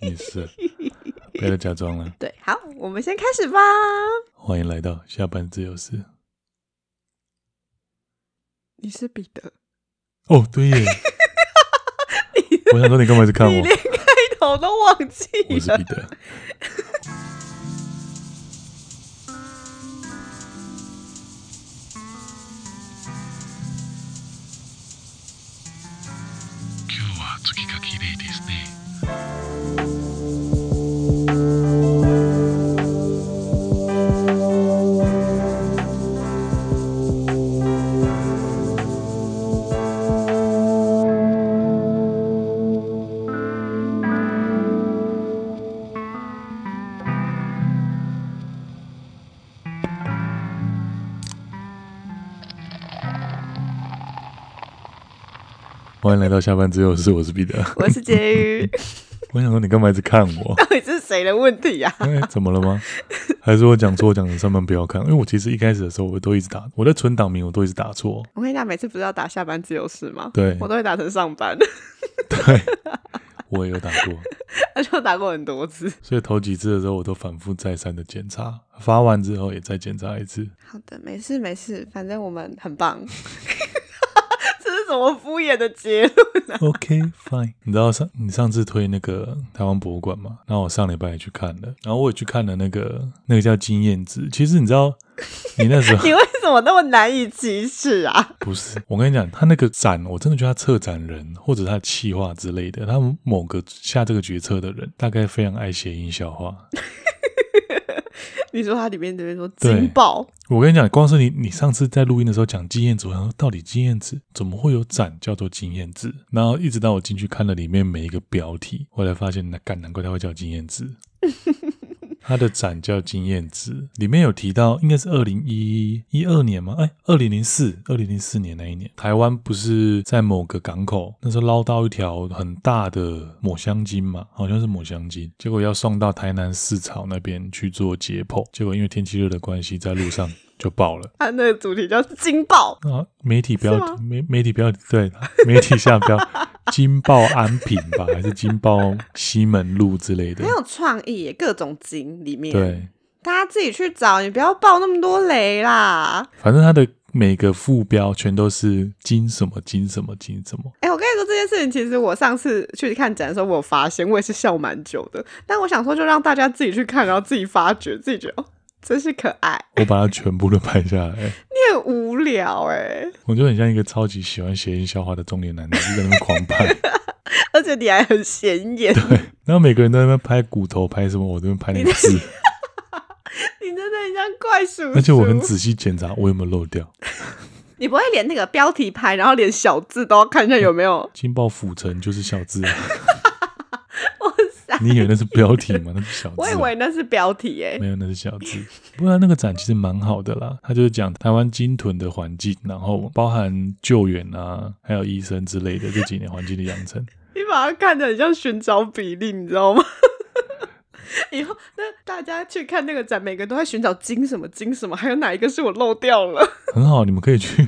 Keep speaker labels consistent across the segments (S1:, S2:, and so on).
S1: 也是，不要再假装 了。
S2: 对，好，我们先开始吧。
S1: 欢迎来到下班自由室。
S2: 你是彼得，
S1: 哦，对耶，我想说你干嘛一直看
S2: 你
S1: 我？
S2: 连开头都忘记
S1: 我是
S2: 了
S1: 彼。得。欢迎来到下班自由室，我是彼得。
S2: 我是 婕妤，
S1: 我想说你干嘛一直看我？
S2: 到底是谁的问题啊呀、
S1: 哎，怎么了吗？还是我讲错？我讲成上班不要看，因为我其实一开始的时候我都一直打，我在存档名我都一直打错。
S2: 我跟你讲，每次不是要打下班自由室吗？
S1: 对
S2: 我都会打成上班，
S1: 对，我也有打过，
S2: 而且我打过很多次。
S1: 所以头几次的时候我都反复再三的检查，发完之后也再检查一次。
S2: 好的，没事没事，反正我们很棒。 这是什么敷衍的结论？
S1: OK fine，你知道上你上次推那个台湾博物馆嘛？然后我上礼拜也去看了，然后我也去看了那个那个叫经验值。其实你知道，你那时候
S2: 你为什么那么难以启齿啊？
S1: 不是 我跟你讲，他那个展，我真的觉得他策展人或者他的企划之类的，他某个下这个决策的人，大概非常爱谐音笑话。
S2: 你说它里面这边说
S1: 对
S2: 惊爆，
S1: 我跟你讲，光是你你上次在录音的时候讲经验值，我想说到底经验值怎么会有展叫做经验值？然后一直到我进去看了里面每一个标题，后来发现那干难怪它会叫经验值。它的展叫经验值，里面有提到，应该是二零一一二年吗？哎，二零零四，二零零四年那一年，台湾不是在某个港口那时候捞到一条很大的抹香鲸嘛，好像是抹香鲸，结果要送到台南市场那边去做解剖，结果因为天气热的关系，在路上就爆 了。
S2: 它那个主题叫惊爆。
S1: 啊，媒体
S2: 是
S1: 标
S2: 吗
S1: 媒媒体标对媒体下标“ 金爆安平”吧，还是“金爆西门路”之类的
S2: 很？有创意耶，各种景里面，
S1: 对，
S2: 大家自己去找，你不要爆那么多雷啦。
S1: 反正它的每个副标全都是“金什么金什么金什么
S2: 哎、我跟你说这件事情，其实我上次去看展的时候，我有发现我也是笑蛮久的，但我想说就让大家自己去看，然后自己发掘，自己觉得哦，真是可爱。”，
S1: 我把它全部都拍下来。
S2: 你很无聊哎、
S1: 我就很像一个超级喜欢谐音笑话的中年男子，在那边狂 拍。
S2: 而且你还很显眼，
S1: 然后每个人都在那边拍骨头，拍什么，我这边拍那个字，
S2: 你真的很像怪叔叔。
S1: 而且我很仔细检查我有没有漏掉。
S2: 你不会连那个标题牌，然后连小字都要看一下有没有？
S1: 金爆府城就是小字啊，
S2: 哇塞！
S1: 你以为那是标题吗？那是小字啊、
S2: 我以为那是标题哎、
S1: 没有，那是小字。不然那个展其实蛮好的啦，它就是讲台湾鲸豚的环境，然后包含救援啊，还有医生之类的这几年环境的养成。
S2: 你把它看得很像寻找比例，你知道吗？ 以后那大家去看那个展，每个都在寻找金什么金什么，还有哪一个是我漏掉了？
S1: 很好，你们可以去，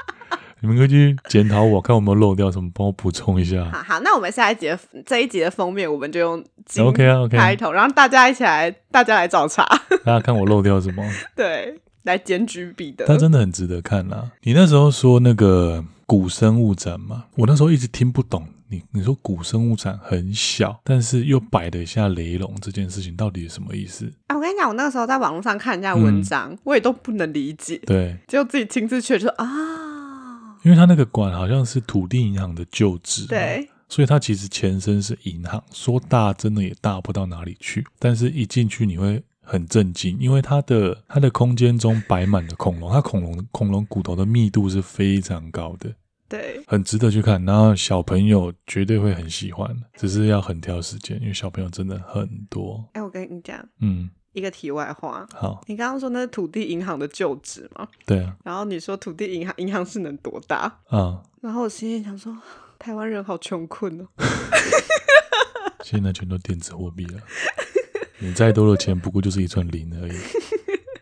S1: 你们可以去检讨我，看我有没有漏掉什么，帮我补充一下。
S2: 好好，那我们下一集的这一集的封面，我们就用金
S1: OK 啊，OK 啊
S2: 开头，然后大家一起来，大家来找茬，
S1: 大家看我漏掉什么，
S2: 对，来检举彼得。
S1: 它真的很值得看啦。你那时候说那个古生物展嘛，我那时候一直听不懂。你你说古生物展很小，但是又摆得下雷龙这件事情到底是什么意思？
S2: 啊，我跟你讲，我那个时候在网络上看人家的文
S1: 嗯
S2: 章，我也都不能理解，
S1: 对，
S2: 结果自己亲自去了就说啊，
S1: 因为他那个馆好像是土地银行的旧址，，
S2: 对，
S1: 所以它其实前身是银行，说大真的也大不到哪里去，但是一进去你会很震惊，因为它的它的空间中摆满了恐龙，它恐龙恐龙骨头的密度是非常高的，
S2: 对，
S1: 很值得去看，然后小朋友绝对会很喜欢，只是要很挑时间，因为小朋友真的很多，
S2: 哎、我跟你讲
S1: 嗯，
S2: 一个题外话，
S1: 好，
S2: 你刚刚说那是土地银行的旧址吗？
S1: 对啊，
S2: 然后你说土地银行银行是能多大？
S1: 啊，
S2: 然后我心里想说，台湾人好穷困哦。
S1: 现在全都电子货币了，你再多的钱不过就是一串零而已。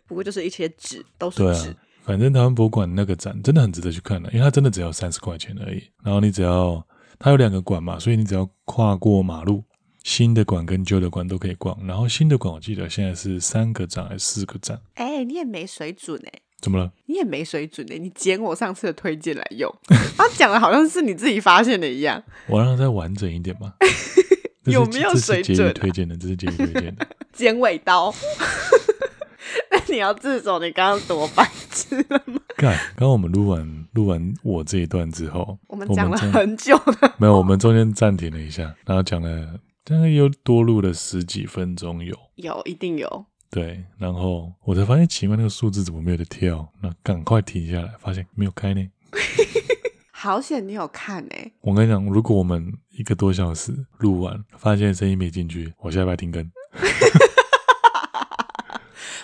S2: 不过就是一些纸，都是
S1: 对
S2: 纸。
S1: 啊，反正台湾博物馆那个展真的很值得去看啊的、因为它真的只要三十块钱而已。然后你只要它有两个馆嘛，所以你只要跨过马路，新的馆跟旧的馆都可以逛。然后新的馆我记得现在是三个展还是四个展？
S2: 哎、你也没水准哎、
S1: 怎么了？
S2: 你也没水准哎、你捡我上次的推荐来 用，啊，讲的好像是你自己发现的一样。
S1: 我让它再完整一点 嘛。这是
S2: 有没有
S1: 这是
S2: 水
S1: 杰宇
S2: 准啊
S1: 推荐的，这是杰宇推荐 的。
S2: 剪尾刀。 那你要自首，你刚刚多白痴啊 了吗？
S1: 干，刚刚我们录完录完我这一段之后，
S2: 我们讲了
S1: 中
S2: 很久了，
S1: 没有，我们中间暂停了一下，然后讲了大概又多录了十几分钟有。
S2: 有一定有，
S1: 对，然后我才发现奇怪，那个数字怎么没有在跳？那赶快停下来，发现没有开呢。
S2: 好险你有看哎、
S1: 我跟你讲，如果我们一个多小时录完，发现声音没进去，我下礼拜停更，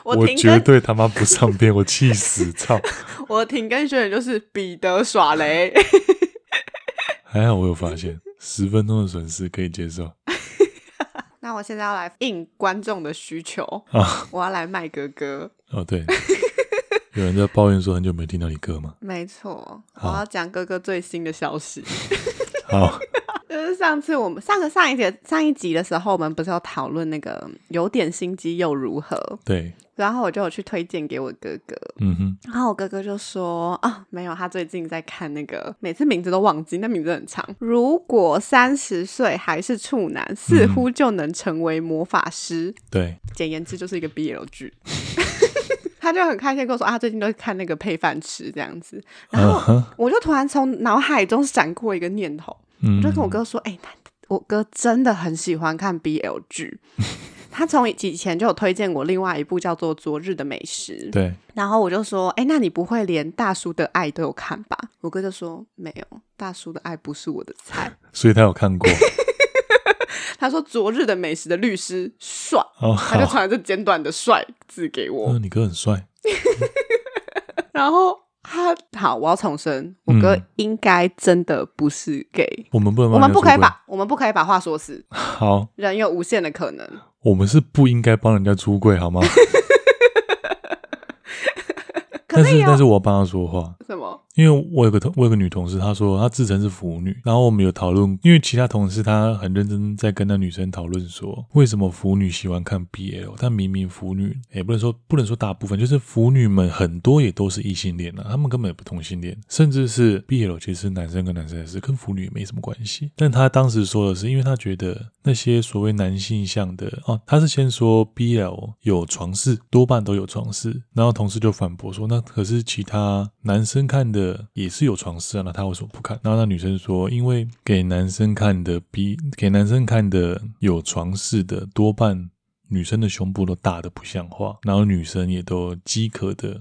S2: 我停
S1: 绝
S2: 更，
S1: 对他妈不上片，我气死！操，
S2: 我停更选的就是彼得耍 雷，
S1: 还好我有发现，十分钟的损失可以接受
S2: 那我现在要来应观众的需求，
S1: 啊。
S2: 我要来卖哥哥。
S1: 哦， 对，有人在抱怨说很久没听到你歌吗？
S2: 没错，我
S1: 好
S2: 要讲哥哥最新的消息，
S1: 好，
S2: 就是上次我们上个上一节上一集的时候，我们不是有讨论那个有点心机又如何？
S1: 对，
S2: 然后我就有去推荐给我哥哥，
S1: 嗯哼，
S2: 然后我哥哥就说啊，没有，他最近在看那个，每次名字都忘记，那名字很长。如果三十岁还是处男，似乎就能成为魔法师。
S1: 对，
S2: 简言之，就是一个 BL 剧。 他就很开心地跟我说啊，他最近都看那个配饭吃这样子，然
S1: 嗯
S2: 后
S1: 哼，
S2: 我就突然从脑海中闪过一个念头，
S1: 嗯
S2: 我就跟我哥说，哎、他我哥真的很喜欢看 BL 剧。他从以以前就有推荐我另外一部叫做《昨日的美食》，
S1: 对，
S2: 然后我就说：“哎，那你不会连《大叔的爱》都有看吧？”我哥就说：“没有，《大叔的爱》不是我的 菜。
S1: 所以他有看 过”
S2: 他说：“昨日的美食的律师帅。”
S1: 哦。
S2: 他就
S1: 好，
S2: 传了这简短的“帅”字给我，
S1: 嗯，你哥很帅，
S2: 然后他好，我要重申，我哥
S1: 嗯
S2: 应该真的不是 gay，、
S1: 我们不能，
S2: 我们不可以把我们不可以把话说死，
S1: 好。
S2: 人有无限的可能。
S1: 我们是不应该帮人家出柜，好吗？
S2: 可
S1: 但是
S2: 也有
S1: 但是我要帮他说话，
S2: 什么？
S1: 因为我有个同我有个女同事，她说她自称是腐女，然后我们有讨论，因为其他同事她很认真在跟那女生讨论说，为什么腐女喜欢看 BL，但明明腐女也不能说不能说大部分，就是腐女们很多也都是异性恋啊，她们根本也不同性恋，甚至是 BL 其实男生跟男生也是跟腐女也没什么关系，但她当时说的是，因为她觉得那些所谓男性向的哦，她是先说 BL 有床事，多半都有床事，然后同事就反驳说，那可是其他男生看的也是有床事啊，那他为什么不看？然后那女生说，因为给男生看的比给男生看的有床事的多半。女生的胸部都大的不像话，然后女生也都饥渴的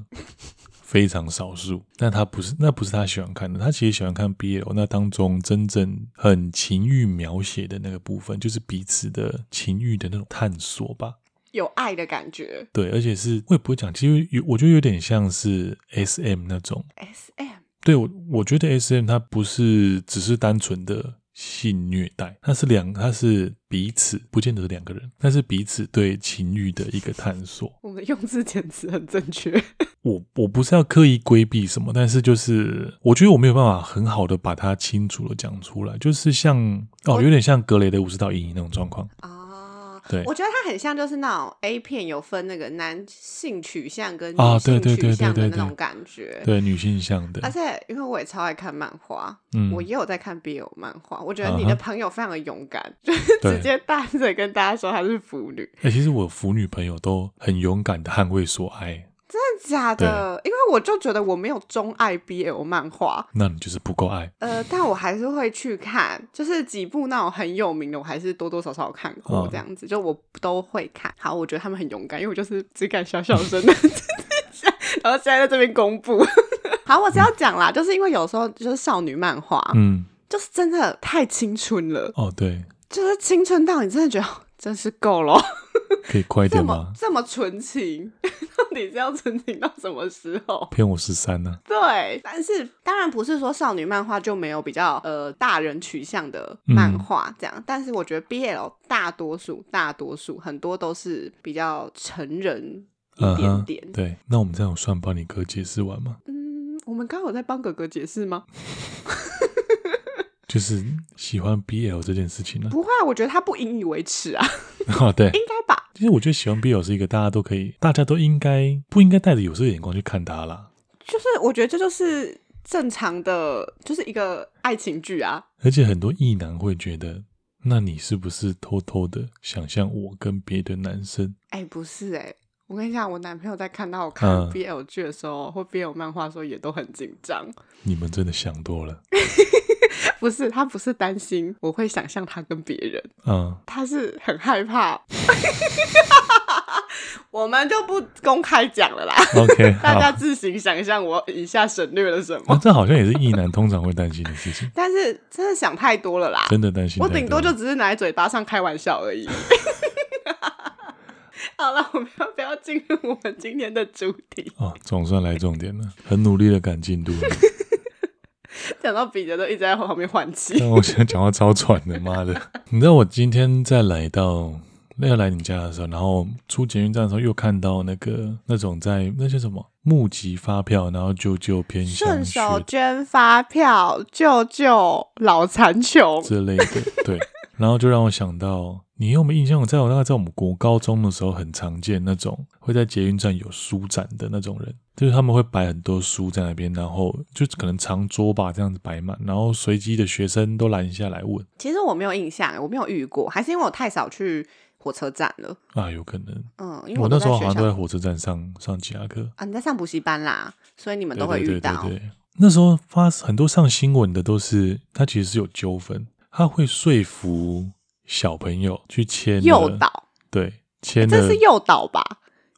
S1: 非常少数。但他不是，那不是他喜欢看的，他其实喜欢看 BL 那当中真正很情欲描写的那个部分，就是彼此的情欲的那种探索吧。
S2: 有爱的感觉
S1: 对，而且是我也不会讲，其实有我觉得有点像是 S M 那种。
S2: ，S M
S1: 对我，我觉得 S M 它不是只是单纯的性虐待，它是两，它是彼此，不见得是两个人，但是彼此对情欲的一个探索。
S2: 我们的用字遣词很正确。
S1: 我我不是要刻意规避什么，但是就是我觉得我没有办法很好的把它清楚的讲出来，就是像哦，
S2: 我
S1: 有点像格雷的五十道阴影那种状况。
S2: 啊，
S1: 对
S2: 我觉得它很像就是那种 A 片有分那个男性取向跟
S1: 啊
S2: 女
S1: 对
S2: 性
S1: 对对
S2: 取向的
S1: 对对
S2: 那种
S1: 对
S2: 感觉。
S1: 对女性向的，
S2: 而且因为我也超爱看漫画，
S1: 嗯
S2: 啊我，也有在看 BL 漫画。我觉得你的
S1: 啊哈
S2: 朋友非常的勇敢，就是
S1: 对
S2: 直接大着跟大家说她是腐女，
S1: 哎、其实我腐女朋友都很勇敢的捍卫所爱，
S2: 真的假的？因为我就觉得我没有钟爱 BL 漫画。
S1: 那你就是不够爱。
S2: 呃，但我还是会去看，就是几部那种很有名的，我还是多多少少有看过
S1: 哦
S2: 这样子，就我都会看。好，我觉得他们很勇敢，因为我就是只敢小小声 的然后现在在这边公布。 好，我只要讲啦，就是因为有时候就是少女漫画，
S1: 嗯，
S2: 就是真的太青春了，
S1: 哦，对，
S2: 就是青春到你真的觉得哦真是够了，
S1: 可以快一
S2: 这
S1: 点
S2: 么
S1: 吗？
S2: 这么纯情， 到底是要纯情到什么时候？
S1: 骗我十三啊呢？
S2: 对，但是当然不是说少女漫画就没有比较呃大人取向的
S1: 嗯
S2: 漫画这样，但是我觉得 BL 大多数大多数很多都是比较成人一
S1: 嗯
S2: 点
S1: 哼，
S2: 点。
S1: 对，那我们这样有算帮你哥解释完吗？
S2: 嗯，我们刚刚有在帮哥哥解释吗？
S1: 就是喜欢 BL 这件事情 呢、
S2: 不会啊，我觉得他不引以为耻啊，
S1: 啊。对，
S2: 应该吧？
S1: 其实我觉得喜欢 BL 是一个大家都可以，大家都应该不应该带着有色眼光去看它啦。
S2: 就是我觉得这就是正常的，就是一个爱情剧啊。
S1: 而且很多异男会觉得，那你是不是偷偷的想象我跟别的男生？
S2: 哎、不是哎、我跟你讲，我男朋友在看到我看
S1: 嗯
S2: BL 剧的时候，或 BL 漫画的时候，也都很紧张。
S1: 你们真的想多了，
S2: 不是，他不是担心我会想象他跟别人，
S1: 嗯，
S2: 他是很害怕。 我们就不公开讲了啦，
S1: OK，好哦
S2: 大家自行想象我以下省略了什
S1: 那、
S2: 么。
S1: 这好像也是异男通常会担心的事情，
S2: 但是真的想太多了啦，
S1: 真的担心太
S2: 我
S1: 了。
S2: 顶多就只是拿在嘴巴上开玩笑而已。 好了，我们要不要进入我们今天的主题？
S1: 哦，总算来重点了，很努力的赶进 度了。
S2: 讲到彼得都一直在旁边换气，
S1: 但我现在讲话超喘的，妈的！你知道我今天在来到要来你家的时候，然后出捷运站的时候又看到那个那种在那些什么募集发票，然后救救偏乡
S2: 顺
S1: 学
S2: 手捐发票救救老残穷。
S1: 之类的，对，然后就让我想到。你有没有印象？我在我大概在我们国高中的时候，很常见那种会在捷运站有书展的那种人，就是他们会摆很多书在那边，然后就可能长桌吧这样子摆满，然后随机的学生都拦下来问
S2: 其实我没有印象，我没有遇过，还是因为我太少去火车站了。
S1: 啊，有可能
S2: 嗯，因为
S1: 我
S2: 都
S1: 那
S2: 在
S1: 时候
S2: 学
S1: 好像
S2: 校
S1: 都在火车站上上其他课，
S2: 啊，你在上补习班啦，所以你们
S1: 对
S2: 都会
S1: 对
S2: 遇
S1: 对对
S2: 到。
S1: 对。那时候发很多上新闻的都是他其实是有纠纷，他会说服小朋友去签了
S2: 诱，导，哎
S1: 对，签
S2: 这
S1: 了
S2: 是诱导吧？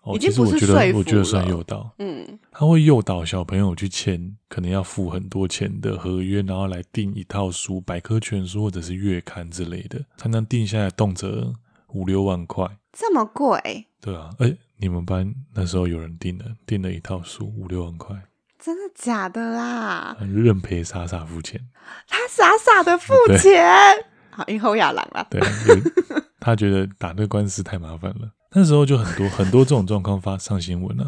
S1: 哦
S2: 已经
S1: 其实
S2: 不
S1: 我
S2: 是
S1: 觉得
S2: 说
S1: 我觉得
S2: 服
S1: 算
S2: 了
S1: 诱导，
S2: 嗯，
S1: 他会诱导小朋友去签，可能要付很多钱的合约，然后来订一套书、百科全书或者是月刊之类的，他能定下来动辄五六万块。
S2: 这么贵，
S1: 对啊，哎、你们班那时候有人订了订了一套书五六万块，
S2: 真的假的啦？
S1: 认赔傻傻付钱。
S2: 他傻傻的付
S1: 对
S2: 钱，好，以后亚郎啦。
S1: 对，有他觉得打那官司太麻烦了。那时候就很多很多这种状况发上新闻啊，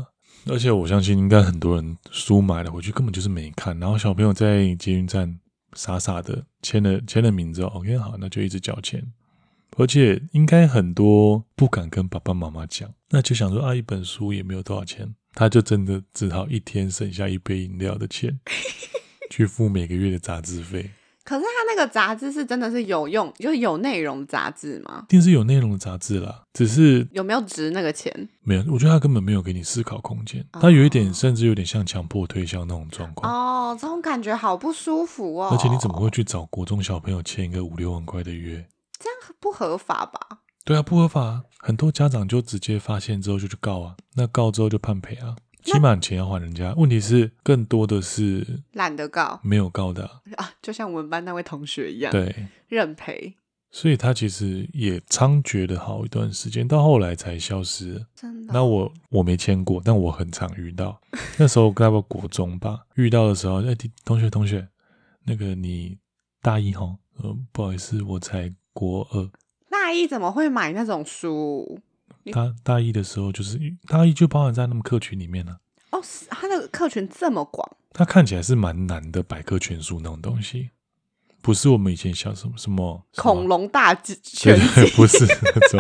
S1: 而且我相信应该很多人书买了回去根本就是没看，然后小朋友在捷运站傻傻的签了签了名之后，OK 好，那就一直交钱。而且应该很多不敢跟爸爸妈妈讲，那就想说啊，一本书也没有多少钱，他就真的只好一天省下一杯饮料的钱， 去付每个月的杂志费。
S2: 可是他那个杂志是真的是有用，就是有内容的杂志吗
S1: 一？定是有内容的杂志啦，只是
S2: 有没有值那个钱？
S1: 没有，我觉得他根本没有给你思考空间，
S2: 哦
S1: 他有一点甚至有点像强迫推销那种状况。
S2: 哦，这种感觉好不舒服哦。
S1: 而且你怎么会去找国中小朋友签一个五六万块的约？
S2: 这样不合法吧？
S1: 对啊，不合法、啊。很多家长就直接发现之后就去告啊，那告之后就判赔啊，起码你钱要还人家。问题是更多的是
S2: 懒得告
S1: 没有告的啊、
S2: 啊，就像我们班那位同学一样，
S1: 对，
S2: 认赔，
S1: 所以他其实也猖獗了好一段时间，到后来才消失了。
S2: 真的。
S1: 那我我没签过，但我很常遇到。那时候该不国中吧，遇到的时候，哎、弟同学同学，那个你大一哈，呃，不好意思，我才国二。
S2: 大一怎么会买那种书？
S1: 大大一的时候就是大一就包含在那么客群里面了、
S2: 哦，是他那个客群这么广，
S1: 它看起来是蛮难的百科全书那种东西，不是我们以前小什么什么什么
S2: 恐龙大集全
S1: 对对，
S2: 集，
S1: 不是那种，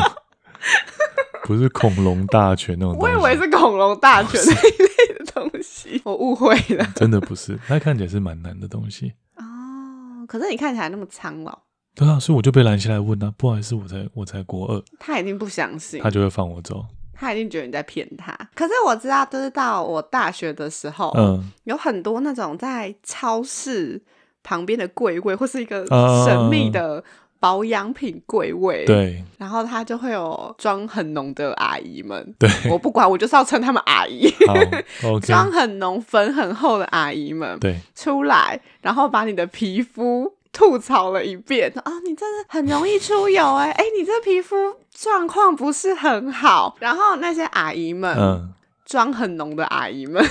S1: 不是恐龙大全哦那种东
S2: 我
S1: 西。
S2: 以为是恐龙大全那一类的东西，我误会了。
S1: 真的不是，它看起来是蛮难的东西。
S2: 哦，可是你看起来那么苍老，
S1: 对啊，所以我就被拦下来问啊，不好意思，我才我才国二，
S2: 他一定不相信
S1: 他，就会放我走。
S2: 他一定觉得你在骗他。可是我知道，就是到我大学的时候，
S1: 嗯，
S2: 有很多那种在超市旁边的柜位，或是一个
S1: 啊
S2: 神秘的保养品柜位，，
S1: 对
S2: 然后他就会有妆很浓的阿姨们，
S1: 对，
S2: 我不管，我就是要称他们阿姨。
S1: 好，OK，
S2: 妆很浓、粉很厚的阿姨们
S1: 对，
S2: 出来，然后把你的皮肤吐槽了一遍啊、你真的很容易出油哎、哎、你这皮肤状况不是很好。然后那些阿姨们，
S1: 嗯，
S2: 妆很浓的阿姨们，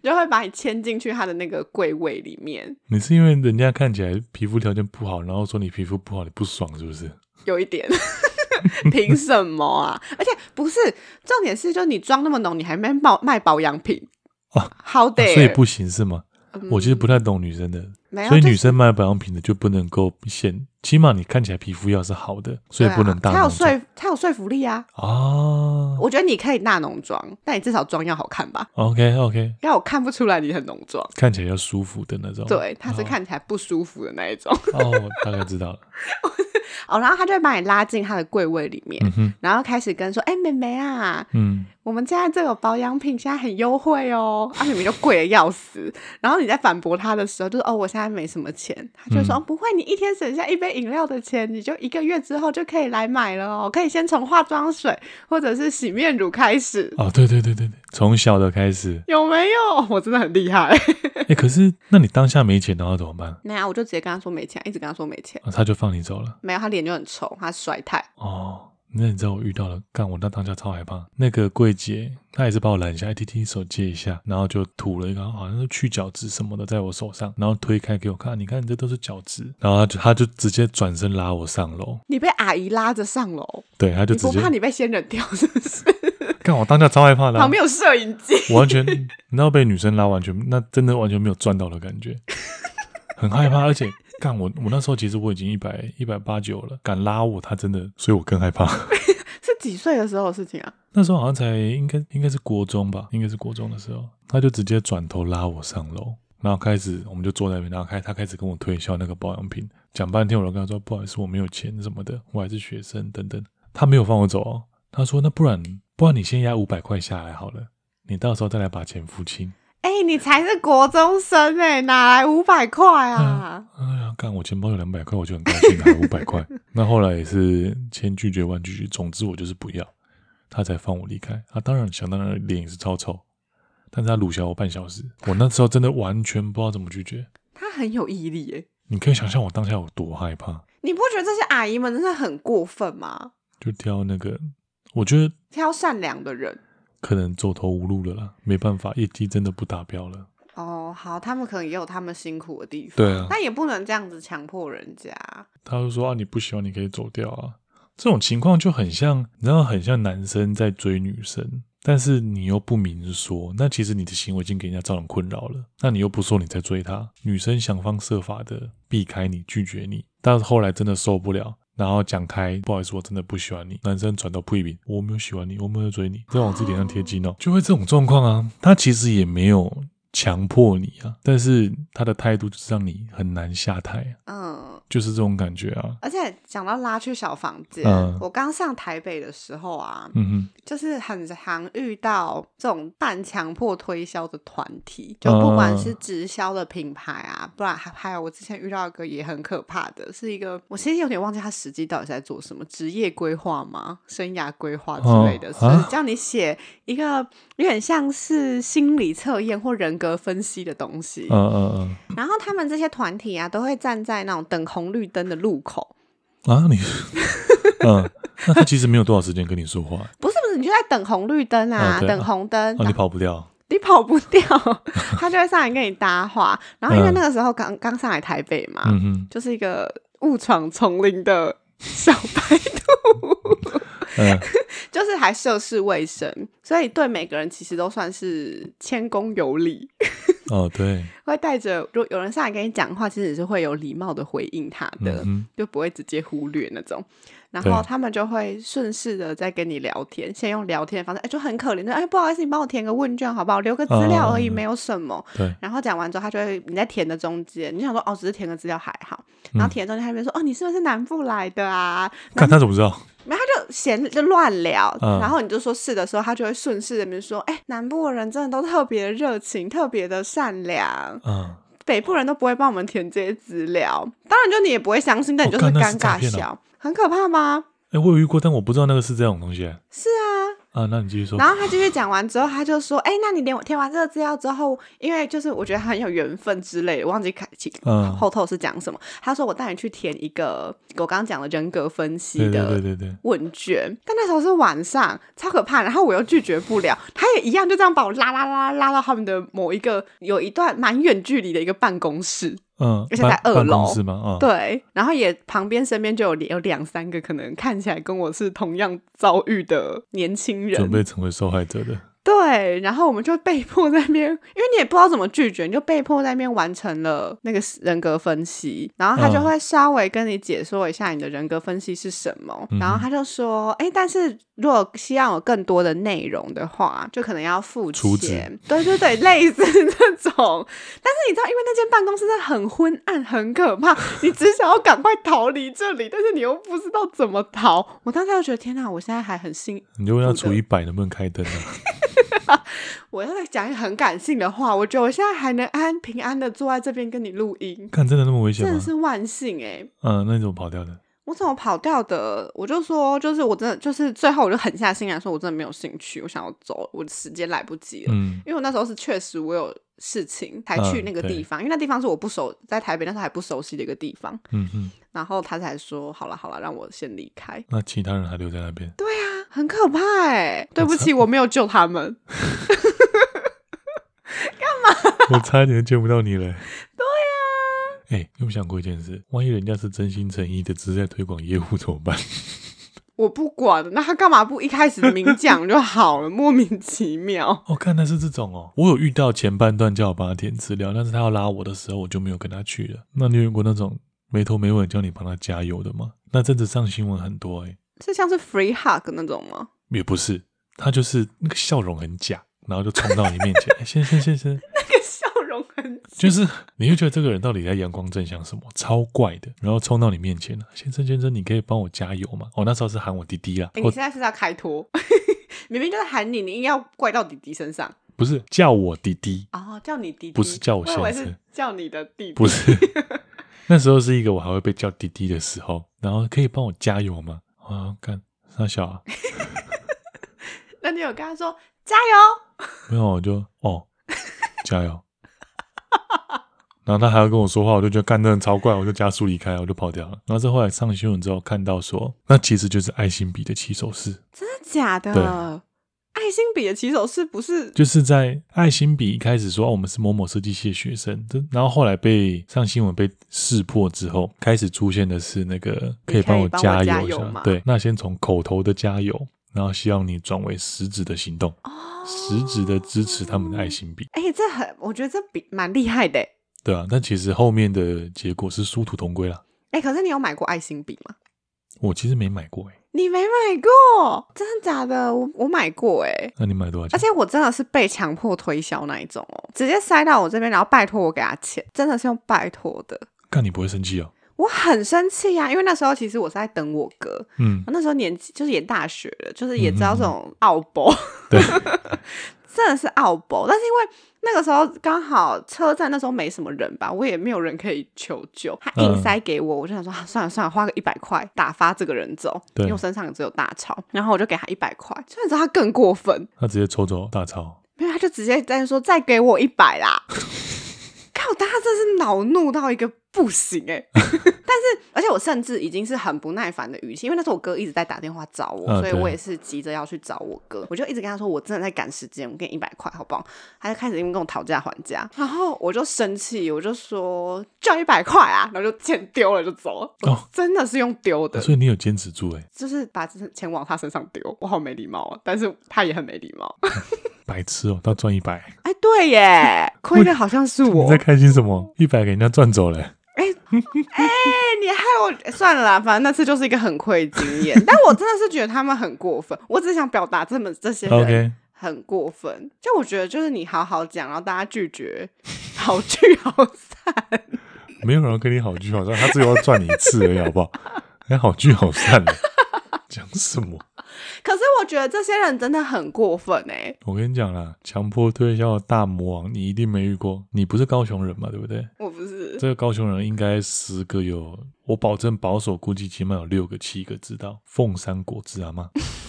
S2: 就会把你牵进去她的那个柜位里面，
S1: 你是因为人家看起来皮肤条件不好，然后说你皮肤不好，你不爽是不是？啊
S2: 有一点。 凭什么啊？而且不是重点是，就你妆那么浓，你还卖保卖保养品
S1: 啊
S2: 好 How
S1: 啊
S2: dare！、嗯
S1: 所以不行是吗？我其实不太懂女生的
S2: 没有，
S1: 所以
S2: 就
S1: 女
S2: 哎是
S1: 生卖保养品的就不能够显，起码你看起来皮肤要是好的，所以
S2: 对啊
S1: 不能大
S2: 它有
S1: 浓妆
S2: 说它有说服力啊。
S1: 啊。
S2: 我觉得你可以大浓妆，但你至少妆要好看吧，
S1: OK OK，
S2: 要我看不出来你很浓妆。
S1: 看起来要舒服的那种。
S2: 对，它是
S1: 哦
S2: 看起来不舒服的那一种
S1: 哦，我大概知道了。
S2: 哦，然后他就会把你拉进他的柜位里面，
S1: 嗯哼，
S2: 然后开始跟说：“哎、妹妹啊，
S1: 嗯，
S2: 我们现在这个保养品现在很优惠哦，啊，你们就贵的要死。然后你在反驳他的时候，就是哦，我现在没什么钱，他就说、
S1: 嗯
S2: 哦不会，你一天省下一杯饮料的钱，你就一个月之后就可以来买了哦，可以先从化妆水或者是洗面乳开始，。
S1: 哦，对对对对对，从小的开始
S2: 有没有？我真的很厉害。
S1: 哎，可是那你当下没钱，然后怎么办？
S2: 那、啊、我就直接跟他 说没钱，一直跟他说没钱，
S1: 啊他就放你走了。
S2: 没有，他脸就很臭，他衰态。
S1: 哦，那你知道我遇到了，干我那当下超害怕。那个柜姐她也是把我拦下，哎，弟弟手借一下，然后就吐了一个好像是去角质什么的在我手上，然后推开给我看，你看你这都是角质，然后她就她就直接转身拉我上楼，
S2: 你被阿姨拉着上楼，
S1: 对，她就
S2: 你
S1: 直
S2: 不
S1: 接
S2: 怕你被仙人跳是不是？
S1: 干我当下超害怕的啊、
S2: 旁边有摄影机，
S1: 我完全，你知道被女生拉，完全那真的完全没有赚到的感觉，很害怕，而且干我我那时候其实我已经一百一百八九了，敢拉我她真的，所以我更害怕。
S2: 是几岁的时候的事情啊？
S1: 那时候好像才应该应该是国中吧，应该是国中的时候，他就直接转头拉我上楼，然后开始我们就坐在那边，然后开他开始跟我推销那个保养品，讲半天我都跟他说不好意思我没有钱什么的，我还是学生等等，他没有放我走哦，他说那不然不然你先压五百块下来好了，你到时候再来把钱付清。
S2: 哎、你才是国中生哎、哪来五百块啊？
S1: 哎呀，干我钱包有两百块，我就很高兴，还五百块。那后来也是千拒绝万拒绝，总之我就是不要，他才放我离开。他、当然想当然脸也是超臭，但是他鲁小我半小时，我那时候真的完全不知道怎么拒绝。
S2: 他很有毅力哎、
S1: 你可以想象我当下有多害怕，
S2: 你不觉得这些阿姨们真的很过分吗？
S1: 就挑那个，我觉得
S2: 挑善良的人
S1: 可能走投无路了啦，没办法，业绩真的不达标了。
S2: 哦，好，他们可能也有他们辛苦的地方，
S1: 对啊
S2: 但也不能这样子强迫人家。
S1: 他就说啊，你不喜欢你可以走掉啊。这种情况就很像，你知道，很像男生在追女生，但是你又不明说，那其实你的行为已经给人家造成困扰了。那你又不说你在追她，女生想方设法的避开你、拒绝你，但是后来真的受不了，然后讲开，不好意思，我真的不喜欢你。男生转到不一名，我没有喜欢你，我没有追你，再往自己脸上贴金哦，就会这种状况啊。他其实也没有强迫你啊，但是他的态度就是让你很难下台啊、
S2: 嗯，
S1: 就是这种感觉啊。
S2: 而且讲到拉去小房间，
S1: 嗯
S2: 我刚上台北的时候啊，
S1: 嗯哼。
S2: 就是很常遇到这种半强迫推销的团体，就不管
S1: 嗯
S2: 是直销的品牌啊，不然还还有我之前遇到一个也很可怕的，是一个我其实有点忘记他实际到底是在做什么，职业规划吗？生涯规划之类的，
S1: 哦
S2: 所以
S1: 啊
S2: 叫你写一个有点像是心理测验或人格分析的东西。
S1: 嗯嗯
S2: 然后他们这些团体啊，都会站在那种等红绿灯的路口，
S1: 嗯，啊，你，嗯， 那他其实没有多少时间跟你说话，
S2: 不是不是，你就在等红绿灯啊，
S1: 哦对
S2: 等
S1: 啊
S2: 红灯，
S1: 啊，你跑不掉，
S2: 你跑不掉， 他就会上来跟你搭话。然后因为那个时候刚刚上来台北嘛，
S1: 嗯哼，
S2: 就是一个误闯丛林的小白兔，
S1: 嗯，
S2: 就是还涉世未深，所以对每个人其实都算是谦恭有礼，
S1: 哦，对，
S2: 会带着如果有人上来跟你讲话，其实你是会有礼貌的回应他的。
S1: 嗯哼，
S2: 就不会直接忽略那种，然
S1: 对
S2: 后他们就会顺势的在跟你聊天，先用聊天的方式，哎，就很可怜的，哎，不好意思，你帮我填个问卷好不好？留个资料而已，
S1: 嗯
S2: 没有什么。
S1: 对，
S2: 然后讲完之后，他就会你在填的中间，你想说哦，只是填个资料还好，
S1: 嗯
S2: 然后填的中间他就会说、哦，你是不是南部来的啊？
S1: 看他怎么知道，
S2: 然后他就闲就乱聊，
S1: 嗯
S2: 然后你就说是的时候，他就会顺势的边说，哎，南部的人真的都特别的热情，特别的善良，
S1: 嗯，
S2: 北部人都不会帮我们填这些资料，当然就你也不会相信，但你就是
S1: 哦干那
S2: 尴
S1: 是
S2: 尬
S1: 诈骗啊
S2: 笑，很可怕吗？
S1: 哎，我有遇过，但我不知道那个是这种东西，是啊，啊，那你继续说，
S2: 然后他继续讲完之后，他就说：“哎、那你连我填完这个资料之后，因为就是我觉得很有缘分之类的，我忘记看其
S1: 嗯
S2: 后头是讲什么。他说我带你去填一个我刚刚讲的人格分析
S1: 对对对
S2: 的
S1: 对对，
S2: 问卷，但那时候是晚上，超可怕。然后我又拒绝不了，他也一样就这样把我拉拉拉拉到他们的某一个有一段蛮远距离的一个办公室，
S1: 嗯，
S2: 而且在
S1: 办
S2: 二
S1: 办
S2: 楼
S1: 公室吗？啊，
S2: 对，然后也旁边身边就有有两三个可能看起来跟我是同样遭遇的年轻人，
S1: 准备成为受害者的，
S2: 对，然后我们就被迫在那边，因为你也不知道怎么拒绝，你就被迫在那边完成了那个人格分析，然后他就
S1: 嗯
S2: 会稍微跟你解说一下你的人格分析是什么，然后他就说，哎，但是如果希望有更多的内容的话，就可能要付
S1: 出资
S2: 钱，对对对，类似这种。但是你知道，因为那间办公室真的很昏暗，很可怕，你只想要赶快逃离这里，但是你又不知道怎么逃。我当时就觉得，天哪，我现在还很幸
S1: 你就问他
S2: 负责
S1: 除一百能不能开灯啊？
S2: 我要再讲一个很感性的话，我觉得我现在还能安平安的坐在这边跟你录音，
S1: 看真的那么危险
S2: 真
S1: 吗
S2: 的？是万幸哎、
S1: 嗯，那你怎么跑掉的？
S2: 我怎么跑掉的？我就说，就是我真的，就是最后我就狠下心来说，我真的没有兴趣，我想要走了，我的时间来不及了。
S1: 嗯
S2: 因为我那时候是确实我有事情才去
S1: 嗯
S2: 那个
S1: 对
S2: 地方，因为那地方是我不熟，在台北那时候还不熟悉的一个地方。
S1: 嗯嗯，
S2: 然后他才说，好了好了，让我先离开。
S1: 那其他人还留在那边，
S2: 很可怕哎、对 不起，我没有救他们。
S1: 我差一点见不到你了。对呀。哎，你有没有想过一件事？万一人家是真心诚意的，只是在推广业务怎么办？
S2: 我不管，那他干嘛不一开始明讲就好了？莫名其妙。
S1: 哦，看那是这种哦。我有遇到前半段叫我帮他填资料，但是他要拉我的时候，我就没有跟他去了。那你有遇过那种没头没尾叫你帮他加油的吗？那阵子上新闻很多哎、
S2: 是像是 free hug 那种吗？
S1: 也不是，他就是那个笑容很假，然后就冲到你面前，哎先生先生，
S2: 那个笑容很
S1: 就是你就觉得这个人到底在阳光正向什么，超怪的，然后冲到你面前了，先生先生，你可以帮我加油吗？我、哦那时候是喊我弟弟啦，
S2: 欸你
S1: 我
S2: 现在是要开脱， 明明就是喊你，你硬要怪到弟弟身上。
S1: 不是叫我弟弟，
S2: 哦，叫你弟弟，
S1: 不是叫我先生
S2: 我以为是叫你的弟弟。
S1: 不 是，那时候是一个我还会被叫弟弟的时候，然后可以帮我加油吗？啊，干那小啊，
S2: 那你有跟他说加油？
S1: 没有我就哦，加 油。然后他还要跟我说话，我就觉得干那人超怪，我就加速离开，我就跑掉了。然后是后来上新闻之后看到说，那其实就是爱心笔的起手式，
S2: 真的假
S1: 对
S2: 的？爱心笔的起手式不是？
S1: 就是在爱心笔一开始说、哦、我们是某某设计系的学生，这然后后来被上新闻被识破之后，开始出现的是那个
S2: 你
S1: 可以
S2: 可以
S1: 帮我
S2: 帮我
S1: 加
S2: 加
S1: 油一
S2: 油
S1: 下，
S2: 吗
S1: 对，那先从口头的加油，然后希望你转为实质的行动，
S2: 哦
S1: 实质的支持他们的爱。心笔，
S2: 哎、这很，我觉得这比蛮厉害的欸。
S1: 对啊，但其实后面的结果是殊途同归啦。
S2: 哎、可是你有买过爱心笔吗？
S1: 我其实没买过诶、欸
S2: 你没买过？真的假的？我我买过哎、
S1: 那你买多少
S2: 而
S1: 钱？
S2: 且我真的是被强迫推销那一种哦，直接塞到我这边，然后拜托我给他钱，真的是用拜托的。
S1: 看你不会生气哦。
S2: 我很生气呀、因为那时候其实我是在等我哥，
S1: 嗯，
S2: 那时候年纪就是也大学了，就是也知
S1: 嗯嗯
S2: 道
S1: 嗯
S2: 这种傲博，
S1: 对，
S2: 真的是傲博。但是因为那个时候刚好车站那时候没什么人吧，我也没有人可以求救，他硬
S1: 嗯
S2: 塞给我，我就想说、啊、算了算了，花个一百块打发这个人走，
S1: 对
S2: 因为我身上只有大钞，然后我就给他一百块，所以你知道他更过分，
S1: 他直接抽走大钞，
S2: 没有，他就直接在那说再给我一百 啦。靠，大家真是恼怒到一个不行哎、 但是，而且我甚至已经是很不耐烦的语气，因为那时候我哥一直在打电话找我，
S1: 嗯
S2: 所以
S1: 对
S2: 我也是急着要去找我哥。我就一直跟他说，我真的在赶时间，我给你一百块好不好？他就开始因为跟我讨价还价，然后我就生气，我就说就一百块啊，然后就钱丢了就走了。
S1: 哦
S2: 我真的是用丢的，
S1: 所以你有坚持住诶、欸
S2: 就是把钱往他身上丢，我好没礼貌啊！但是他也很没礼貌。
S1: 白痴哦，他赚一百，
S2: 哎，对耶，亏的好像是
S1: 你
S2: 我。
S1: 在
S2: 哎、
S1: 开心什么？一百给人家赚走了、欸
S2: 你害我算了啦，反正那次就是一个很亏的经验。但我真的是觉得他们很过分，我只是想表达这么这些人
S1: OK，
S2: 很过分。就我觉得，就是你好好讲，然后大家拒绝，好聚好散。
S1: 没有人要跟你好聚好散，他只有要赚你一次而已，好不好？还好聚好散的，讲什么？
S2: 可是我觉得这些人真的很过分哎、
S1: 我跟你讲啦，强迫推销的大魔王，你一定没遇过。你不是高雄人嘛，对不对？
S2: 我不是
S1: 这个高雄人应该十个有，我保证保守估计起码有六个、七个知道凤山果汁阿妈。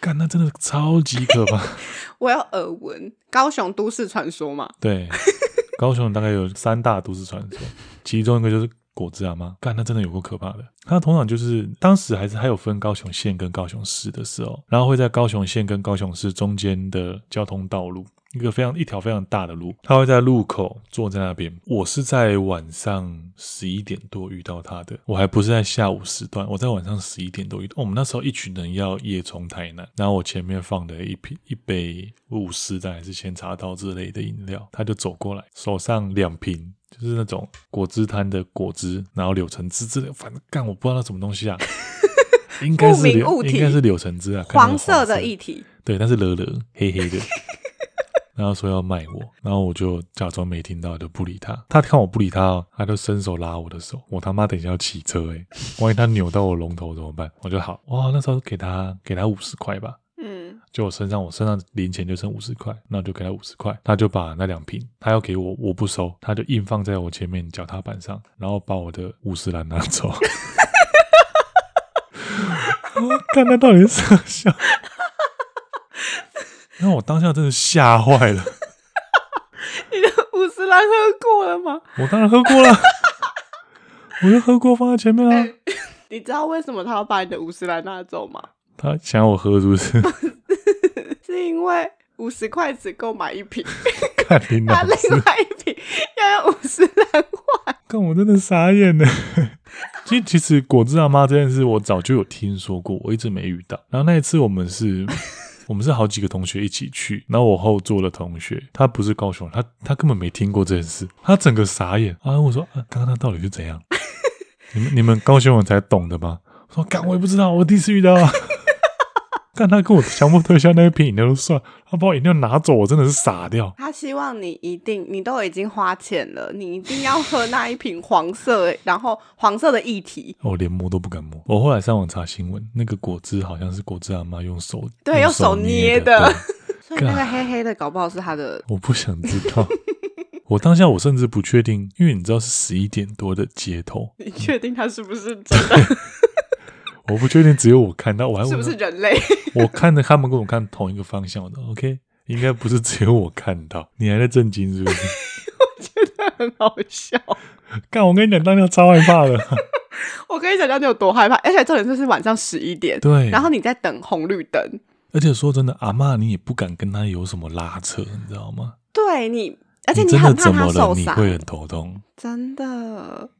S1: 干，那真的超级可怕。
S2: 我有耳闻高雄都市传说嘛，
S1: 对，高雄大概有三大都市传说，其中一个就是果汁阿妈，干，那真的有够可怕的。它通常就是当时还是还有分高雄县跟高雄市的时候，然后会在高雄县跟高雄市中间的交通道路一个非常一条非常大的路，他会在路口坐在那边。我是在晚上十一点多遇到他的，我还不是在下午时段，我在晚上十一点多遇到。我们那时候一群人要夜冲台南，然后我前面放的一瓶一杯五十的还是鲜茶刀之类的饮料，他就走过来，手上两瓶。就是那种果汁摊的果汁，然后柳橙汁之类，反正干我不知道那什么东西 啊，应该是
S2: 不明
S1: 柳
S2: 物体
S1: 应该是柳橙汁啊，看起来
S2: 黄色的液体，
S1: 对，但是惹惹黑黑的， 然后说要卖我，然后我就假装没听到，就不理他。他看我不理他哦，他就伸手拉我的手。我他妈等一下要骑车诶、万一他扭到我龙头怎么办？我就好哇，那时候给他给他五十块吧，
S2: 嗯，
S1: 就我身上我身上零钱就剩五十块，那我就给他五十块，他就把那两瓶他要给我，我不收，他就硬放在我前面脚踏板上，然后把我的五十兰拿走。我看他到底是啥笑？那我当下真的吓坏了，
S2: 你的五十兰喝过了吗？
S1: 我当然喝过了，我就喝过放在前面啊啦、
S2: 你知道为什么他要把你的五十兰拿走吗？
S1: 他想要我喝是不是？
S2: 是因为五十块只够买一瓶，
S1: 看你脑
S2: 他另
S1: 子，
S2: 外一瓶要用五十兰换。
S1: 看我真的傻眼了。 其实，其实果汁阿妈这件事，我早就有听说过，我一直没遇到。然后那一次，我们是，我们是好几个同学一起去，然后我后座的同学，他不是高雄人，他他根本没听过这件事，他整个傻眼啊！我说啊，刚刚他到底是怎样？ 你们你们高雄人才懂的吗？我说干，我也不知道，我第一次遇到啊。 但他跟我强迫推销那一瓶饮料都算，他把我饮料拿走，我真的是傻掉。
S2: 他希望你一定，你都已经花钱了，你一定要喝那一瓶黄色，然后黄色的液体，
S1: 我哦连摸都不敢摸。我后来上网查新闻，那个果汁好像是果汁阿妈用手
S2: 对用手
S1: 捏
S2: 捏的
S1: 对
S2: 所以那个黑黑的搞不好是他的。
S1: 我不想知 道。我当下我甚至不确定，因为你知道是十一点多的街头，
S2: 你确定他是不是真的？
S1: 我不确定只有我看到，我还问
S2: 是不是人类？
S1: 我看着他们跟我看同一个方向的，OK，应该不是只有我看到，你还在震惊是不是？
S2: 很好笑。
S1: 干，我跟你讲，当下超害怕 的。
S2: 我跟你讲讲你有多害怕，而且重点就是晚上十一点，
S1: 对，
S2: 然后你在等红绿灯，
S1: 而且说真的，阿嬷你也不敢跟他有什么拉扯，你知道吗？
S2: 对你，而且
S1: 你
S2: 你
S1: 真的
S2: 很怕
S1: 怎
S2: 他
S1: 么了？
S2: 受
S1: 你
S2: 伤，
S1: 会很头痛。
S2: 真的。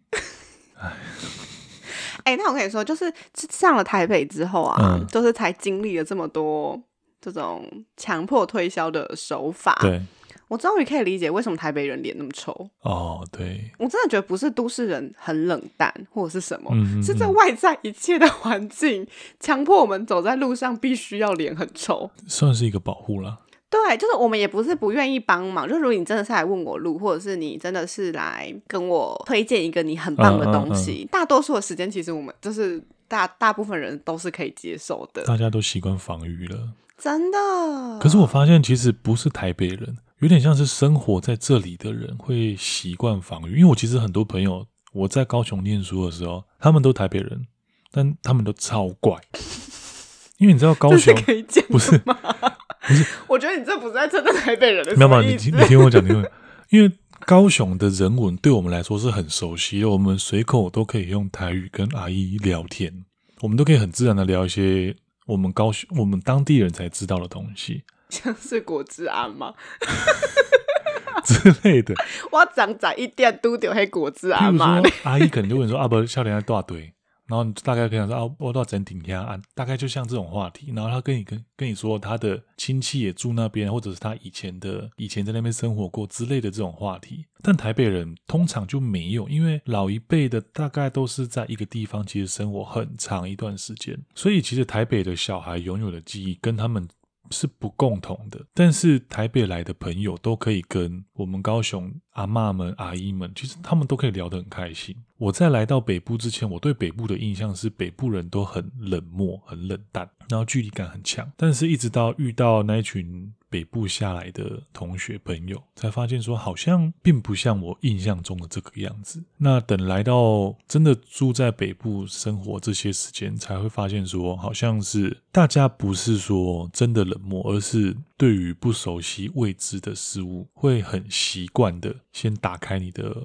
S2: 哎、那我跟你说，就是上了台北之后啊，
S1: 嗯
S2: 就是才经历了这么多这种强迫推销的手法。
S1: 对，
S2: 我终于可以理解为什么台北人脸那么臭。
S1: 哦，对，
S2: 我真的觉得不是都市人很冷淡或者是什么，
S1: 嗯嗯
S2: 是这
S1: 嗯
S2: 外在一切的环境强迫我们走在路上必须要脸很臭。
S1: 嗯算是一个保护啦。
S2: 对，就是我们也不是不愿意帮忙，就如果你真的是来问我路，或者是你真的是来跟我推荐一个你很棒的
S1: 嗯
S2: 东西，大多数的时间其实我们就是大大部分人都是可以接受的，
S1: 大家都习惯防御了。
S2: 真的。
S1: 嗯可是我发现，其实不是台北人，有点像是生活在这里的人会习惯防御。因为我其实很多朋友，我在高雄念书的时候，他们都台北人，但他们都超怪。因为你知道高
S2: 这是
S1: 雄
S2: 可以讲
S1: 不是
S2: 吗？我觉得你这不是在针对台北人的
S1: 没有没
S2: 什
S1: 有，
S2: 么
S1: 你
S2: 意思
S1: 听你听我讲，你听我讲，因为高雄的人文对我们来说是很熟悉的，我们随口都可以用台语跟阿姨聊天，我们都可以很自然的聊一些我们高雄我们当地人才知道的东西
S2: 像 是果汁阿吗？
S1: 之类的。
S2: 我长长一点都丢黑果汁阿
S1: 譬如
S2: 妈，
S1: 说，阿姨可能就问说：“啊，不，笑脸在多少堆？”然后你就大概可以讲说：“啊，我到整顶下啊。”大概就像这种话题。然后他跟你跟跟你说他的亲戚也住那边，或者是他以前的以前在那边生活过之类的这种话题。但台北人通常就没有，因为老一辈的大概都是在一个地方其实生活很长一段时间，所以其实台北的小孩拥有的记忆跟他们是不共同的，但是台北来的朋友都可以跟我们高雄阿嬷们、阿姨们，其实他们都可以聊得很开心。我在来到北部之前，我对北部的印象是北部人都很冷漠、很冷淡，然后距离感很强。但是，一直到遇到那一群北部下来的同学朋友，才发现说好像并不像我印象中的这个样子。那等来到真的住在北部生活这些时间，才会发现说好像是大家不是说真的冷漠，而是对于不熟悉未知的事物，会很习惯的先打开你的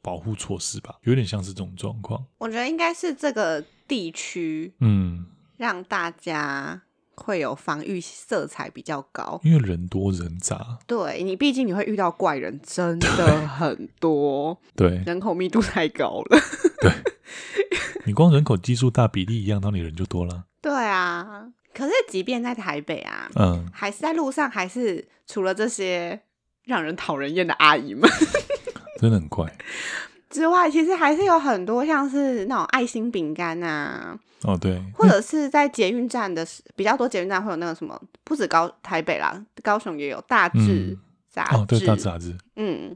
S1: 保护措施吧，有点像是这种状况。
S2: 我觉得应该是这个地区
S1: 嗯，
S2: 让大家会有防御色彩比较高。
S1: 因为人多人杂，
S2: 对你，毕竟你会遇到怪人，真的很多，
S1: 对
S2: 人口密度太高了。
S1: 你光人口基数大比例一样，那你人就多了。
S2: 对啊，可是即便在台北啊，
S1: 嗯，
S2: 还是在路上，还是除了这些让人讨人厌的阿 姨们
S1: 真的很怪
S2: 之外，其实还是有很多像是那种爱心饼干啊，
S1: 哦。对，
S2: 或者是在捷运站的时比较多，捷运站会有那个什么，不止高台北啦，高雄也有大志
S1: 嗯
S2: 杂
S1: 哦，对，
S2: 志，
S1: 大杂志，
S2: 嗯。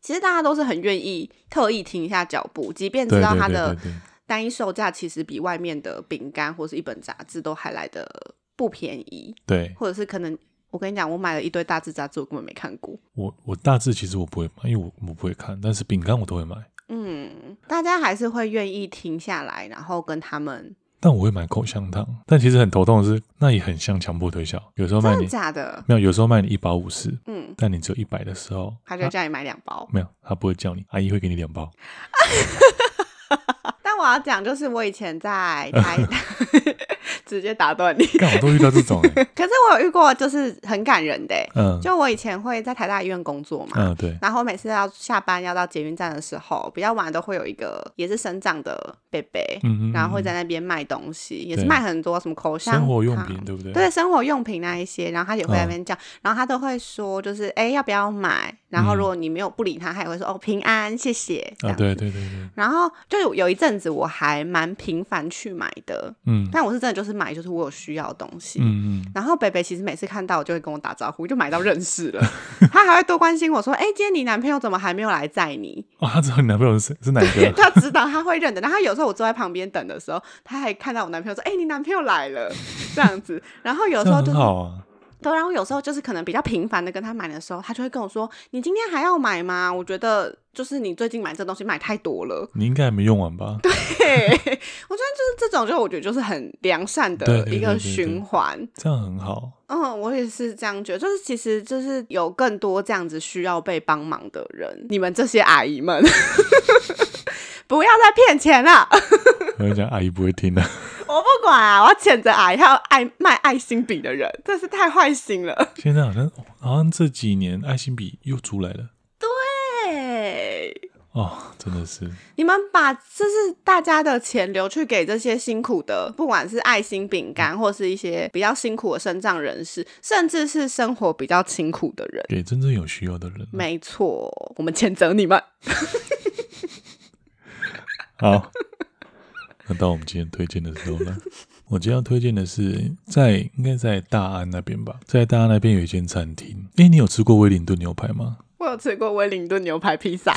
S2: 其实大家都是很愿意特意停一下脚步，即便知
S1: 对
S2: 道
S1: 对
S2: 它
S1: 对
S2: 的
S1: 对对，
S2: 单一售价其实比外面的饼干或是一本杂志都还来的不便宜，
S1: 对
S2: 或者是可能我跟你讲，我买了一堆大志杂志，我根本没看过。
S1: 我我大致其实我不会买，因为我我不会看，但是饼干我都会买，
S2: 嗯，大家还是会愿意停下来，然后跟他们
S1: 但我会买口香糖。但其实很头痛的是，那也很像强迫推销，有时候卖
S2: 真的
S1: 你
S2: 假的？
S1: 没有，有时候卖你一包五十，
S2: 嗯，
S1: 但你只有一百的时候，
S2: 他就叫你买两包。
S1: 没有，他不会叫你，阿姨会给你两包。
S2: 但我要讲，就是我以前 在台， 直接打断你。
S1: 干，我都遇到这种、欸，
S2: 可是我有遇过，就是很感人的欸、
S1: 嗯
S2: 就我以前会在台大医院工作嘛，
S1: 嗯，对，
S2: 然后每次要下班要到捷运站的时候，比较晚都会有一个也是生长的贝贝，
S1: 嗯嗯，
S2: 然后会
S1: 嗯
S2: 在那边卖东西，也是
S1: 对
S2: 卖很多什么口香
S1: 生活用
S2: 糖
S1: 品，对不嗯对？
S2: 对生活用品那一些，然后他也会在那边叫，然后他都会说，就是哎要不要买？然后如果你没有不理他，他也会说哦平安谢谢
S1: 嗯
S2: 这
S1: 啊，
S2: 样。
S1: 对对对对，
S2: 然后就有有一阵子我还蛮频繁去买的，
S1: 嗯
S2: 但我是真的就是买就是我有需要的东西。
S1: 嗯嗯，
S2: 然后北北其实每次看到我就会跟我打招呼，就买到认识了。 他还会多关心我说：“哎、今天你男朋友怎么还没有来载你
S1: 哦，他知道你男朋友是谁是哪一？”个？
S2: 他知道他会认得。然后有时候我坐在旁边等的时候，他还看到我男朋友说：“哎、你男朋友来了。” 这样子。然后 有
S1: 这
S2: 时候
S1: 样
S2: 就
S1: 很
S2: 是，
S1: 好啊，
S2: 对，然后有时候就是可能比较频繁的跟他买的时候，他就会跟我说：“你今天还要买吗？我觉得就是你最近买这东西买太多了。
S1: 你应该还没用完吧？
S2: 嘿”我觉得就是这种，就我觉得就是很良善
S1: 对
S2: 的
S1: 对
S2: 一
S1: 对
S2: 个
S1: 对
S2: 循
S1: 对
S2: 环。
S1: 这样很好，
S2: 嗯，我也是这样觉得，就是其实就是有更多这样子需要被帮忙的人，你们这些阿姨们， 不要再骗钱了，
S1: 我跟你讲，阿姨不会听的。
S2: 我不管啊，我要谴责阿姨还有爱卖爱心笔的人，真是太坏心了。
S1: 现在好像好像这几年爱心笔又出来了，
S2: 对，
S1: 哦，真的是，
S2: 你们把就是大家的钱留去给这些辛苦的，不管是爱心饼干，或是一些比较辛苦的身障人士，甚至是生活比较辛苦的人。
S1: 给真正有需要的人。
S2: 没错，我们谴责你们。
S1: 好，那到我们今天推荐的时候了。 我今天要推荐的是在应该在大安那边吧，在大安那边有一间餐厅。诶，你有吃过威灵顿牛排吗？
S2: 我有吃过威灵顿牛排披萨，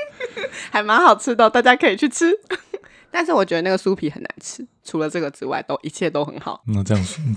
S2: 还蛮好吃的，大家可以去吃。 但是我觉得那个酥皮很难吃，除了这个之外，都一切都很好
S1: 那这样说，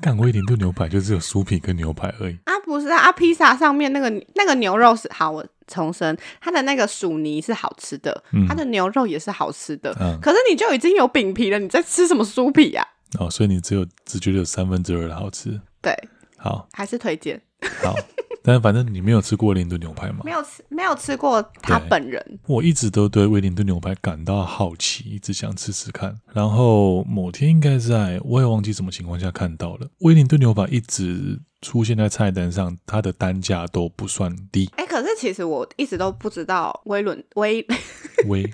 S1: 干威灵顿牛排就只有酥皮跟牛排而已。
S2: 啊！不是啊，啊披萨上面那个那个牛肉是好，我重申，它的那个薯泥是好吃的，它的牛肉也是好吃的。
S1: 嗯
S2: 可是你就已经有饼皮了，你在吃什么酥皮呀、啊？
S1: 哦，所以你只有只觉得有三分之二的好吃。
S2: 对，
S1: 好
S2: 还是推荐。
S1: 好，但反正你没有吃过威灵顿牛排嘛
S2: 没。有吃没有吃过他
S1: 对
S2: 本人，。
S1: 我一直都对威灵顿牛排感到好奇，一直想吃吃看。然后某天应该在我也忘记什么情况下看到了威灵顿牛排一直出现在菜单上，它的单价都不算低
S2: 哎、可是其实我一直都不知道威伦威
S1: 威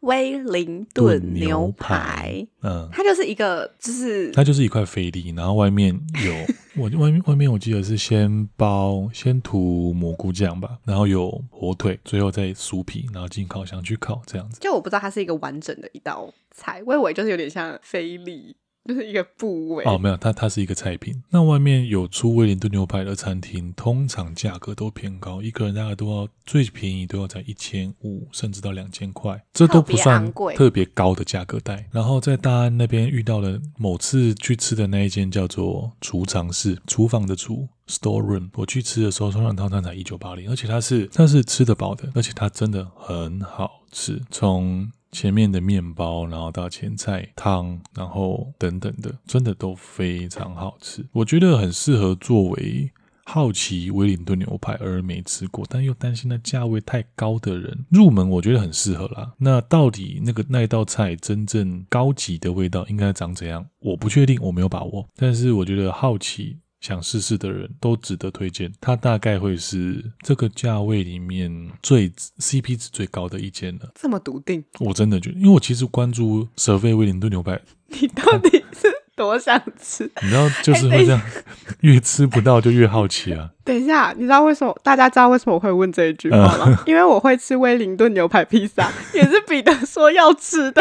S2: 威灵
S1: 顿
S2: 顿
S1: 牛
S2: 牛
S1: 排
S2: 排，
S1: 嗯，
S2: 它就是一个就是
S1: 它就是一块菲力，然后外面有 我外面外面我记得是先包先涂蘑菇酱吧，然后有火腿，最后再酥皮，然后进烤箱去烤这样子。
S2: 就我不知道它是一个完整的一道菜，我以为就是有点像菲力，就是一个部位。
S1: 哦，没有，它它是一个菜品。那外面有出威灵顿牛排的餐厅，通常价格都偏高，一个人大概都要最便宜都要在一千五，甚至到两千块，这都不
S2: 特别
S1: 算
S2: 昂贵
S1: 特别高的价格带。然后在大安那边遇到了某次去吃的那一间叫做储藏室，厨房的厨。Store room，我去吃的时候，双人套餐才一九八零，而且它是它是吃得饱的，而且它真的很好吃，从前面的面包，然后到前菜、汤，然后等等的，真的都非常好吃。我觉得很适合作为好奇威灵顿牛排，而没吃过，但又担心那价位太高的人入门，我觉得很适合啦。那到底那个那一道菜真正高级的味道应该长怎样？我不确定，我没有把握。但是我觉得好奇想试试的人都值得推荐，它大概会是这个价位里面最 CP 值最高的一间了。
S2: 这么笃定，
S1: 我真的觉得，因为我其实关注蛇肺威灵顿牛排，
S2: 你到底是多想吃？
S1: 你知道就是会这样， 越吃不到就越好奇啊。
S2: 等一下，你知道为什么大家知道为什么我会问这一句话吗？
S1: 嗯
S2: 因为我会吃威灵顿牛排披萨，也是彼得说要吃的。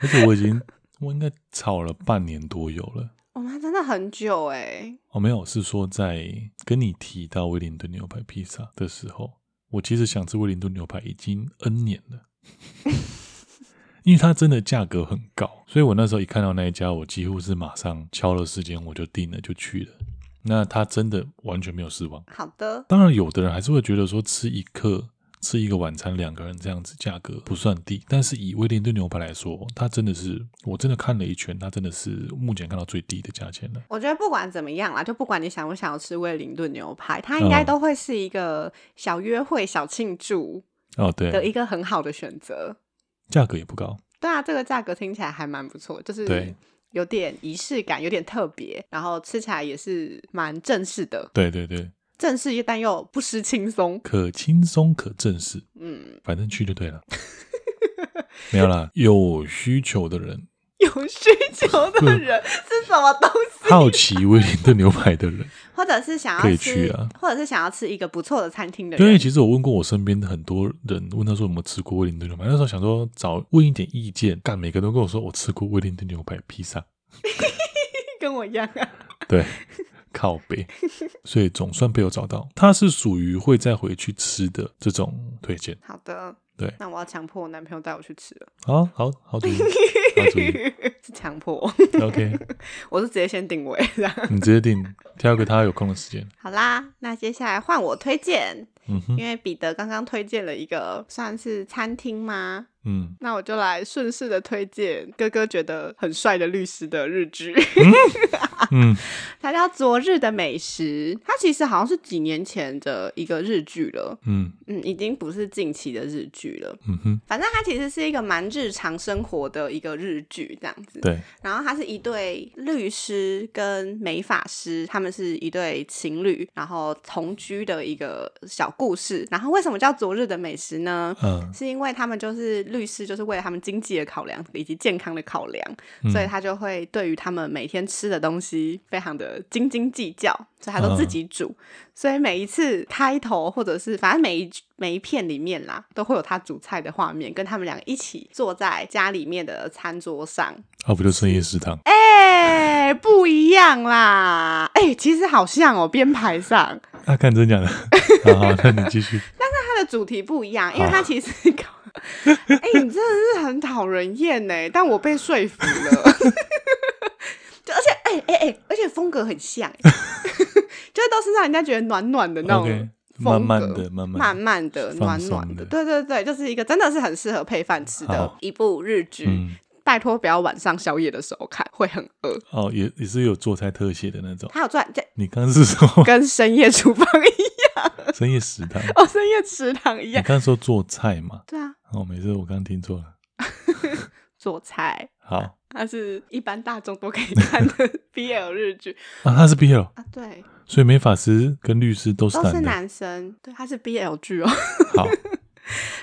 S1: 而且我已经，我应该炒了半年多有了。
S2: 我们真的很久哎、
S1: 哦，没有，是说在跟你提到威灵顿牛排披萨的时候，我其实想吃威灵顿牛排已经 N 年了， 因为它真的价格很高，所以我那时候一看到那一家，我几乎是马上敲了时间，我就定了就去了。那它真的完全没有失望。
S2: 好的，
S1: 当然，有的人还是会觉得说吃一克、吃一个晚餐，两个人这样子价格不算低。但是以威灵顿牛排来说，它真的是，我真的看了一圈，它真的是目前看到最低的价钱了。
S2: 我觉得不管怎么样啦，就不管你想不想要吃威灵顿牛排，它应
S1: 嗯
S2: 该都会是一个小约会、小庆祝
S1: 哦，
S2: 的
S1: 对，
S2: 一个很好的选择。
S1: 价格也不高。
S2: 对啊，这个价格听起来还蛮不错，就是
S1: 对
S2: 有点仪式感，有点特别，然后吃起来也是蛮正式的，
S1: 对对对，
S2: 正式但又不失轻松。
S1: 可轻松可正式，
S2: 嗯，
S1: 反正去就对了。 没有啦，有需求的人，
S2: 有需求
S1: 嗯
S2: 的人是什么东西？
S1: 好奇威灵顿牛排的人，
S2: 或者是想要
S1: 可以
S2: 吃
S1: 去啊
S2: 或者是想要吃一个不错的餐厅的
S1: 因为
S2: 人。
S1: 其实我问过我身边的很多人，问他说有没有吃过威灵顿牛排，那时候想说找问一点意见，干每个都跟我说我吃过威灵顿牛排披萨，
S2: 跟我一样啊，
S1: 对，靠背，所以总算被我找到，它是属于会再回去吃的这种推荐，
S2: 好的，
S1: 对
S2: 那我要强迫我男朋友带我去吃了，
S1: 好好好主意，好主意
S2: 是强迫，
S1: ，OK，
S2: 我是直接先定位这样。
S1: 你直接定，挑一个他有空的时间，
S2: 好啦，那接下来换我推荐，
S1: 嗯哼，
S2: 因为彼得刚刚推荐了一个算是餐厅吗？
S1: 嗯。
S2: 那我就来顺势的推荐哥哥觉得很帅的律师的日剧，
S1: 嗯
S2: 它叫《昨日的美食》，它其实好像是几年前的一个日剧了，
S1: 嗯
S2: 嗯，已经不是近期的日剧了。
S1: 嗯哼，
S2: 反正它其实是一个蛮日常生活的一个日剧这样子。
S1: 对，
S2: 然后它是一对律师跟美发师，他们是一对情侣，然后同居的一个小故事。然后为什么叫昨日的美食呢？
S1: 嗯
S2: 是因为他们就是律师，就是为了他们经济的考量以及健康的考量，
S1: 嗯
S2: 所以他就会对于他们每天吃的东西非常的斤斤计较，所以他都自己煮。所以每一次开头或者是反正每一每一片里面啦，都会有他煮菜的画面，跟他们两个一起坐在家里面的餐桌上，
S1: 啊，不就深夜食堂？
S2: 哎、不一样啦！哎、其实好像哦，编排上
S1: 啊，看真假 的，好好，那你继续。
S2: 它的主题不一样，因为
S1: 好
S2: 它其实搞，哎、你真的是很讨人厌呢，但我被说服了。 就而且，哎哎哎，而且风格很像，哎 就是都是让人家觉得暖暖的 那种
S1: OK，慢
S2: 风格
S1: 慢的，慢慢
S2: 慢
S1: 的，
S2: 慢的、
S1: 放
S2: 暖
S1: 松
S2: 暖的，
S1: 的
S2: 对对对，就是一个真的是很适合配饭吃的
S1: 好
S2: 一部日剧。
S1: 嗯，
S2: 拜托不要晚上宵夜的时候看，会很饿。
S1: 哦，也也是有做菜特写的那种。
S2: 还有赚 这
S1: 你刚刚是 说
S2: 跟深夜厨房一样，
S1: 深夜食堂？
S2: 哦，深夜食堂一
S1: 你
S2: 样。
S1: 刚刚说做菜嘛？
S2: 对啊，
S1: 哦，没事，我刚刚听错了。
S2: 做菜，
S1: 好啊，
S2: 它是一般大众都可以看的 BL 日剧
S1: 他是 BL，
S2: 啊。对，
S1: 所以美法师跟律师都是
S2: 都是
S1: 男的。
S2: 男生，对，它是 BL 剧哦。
S1: 好，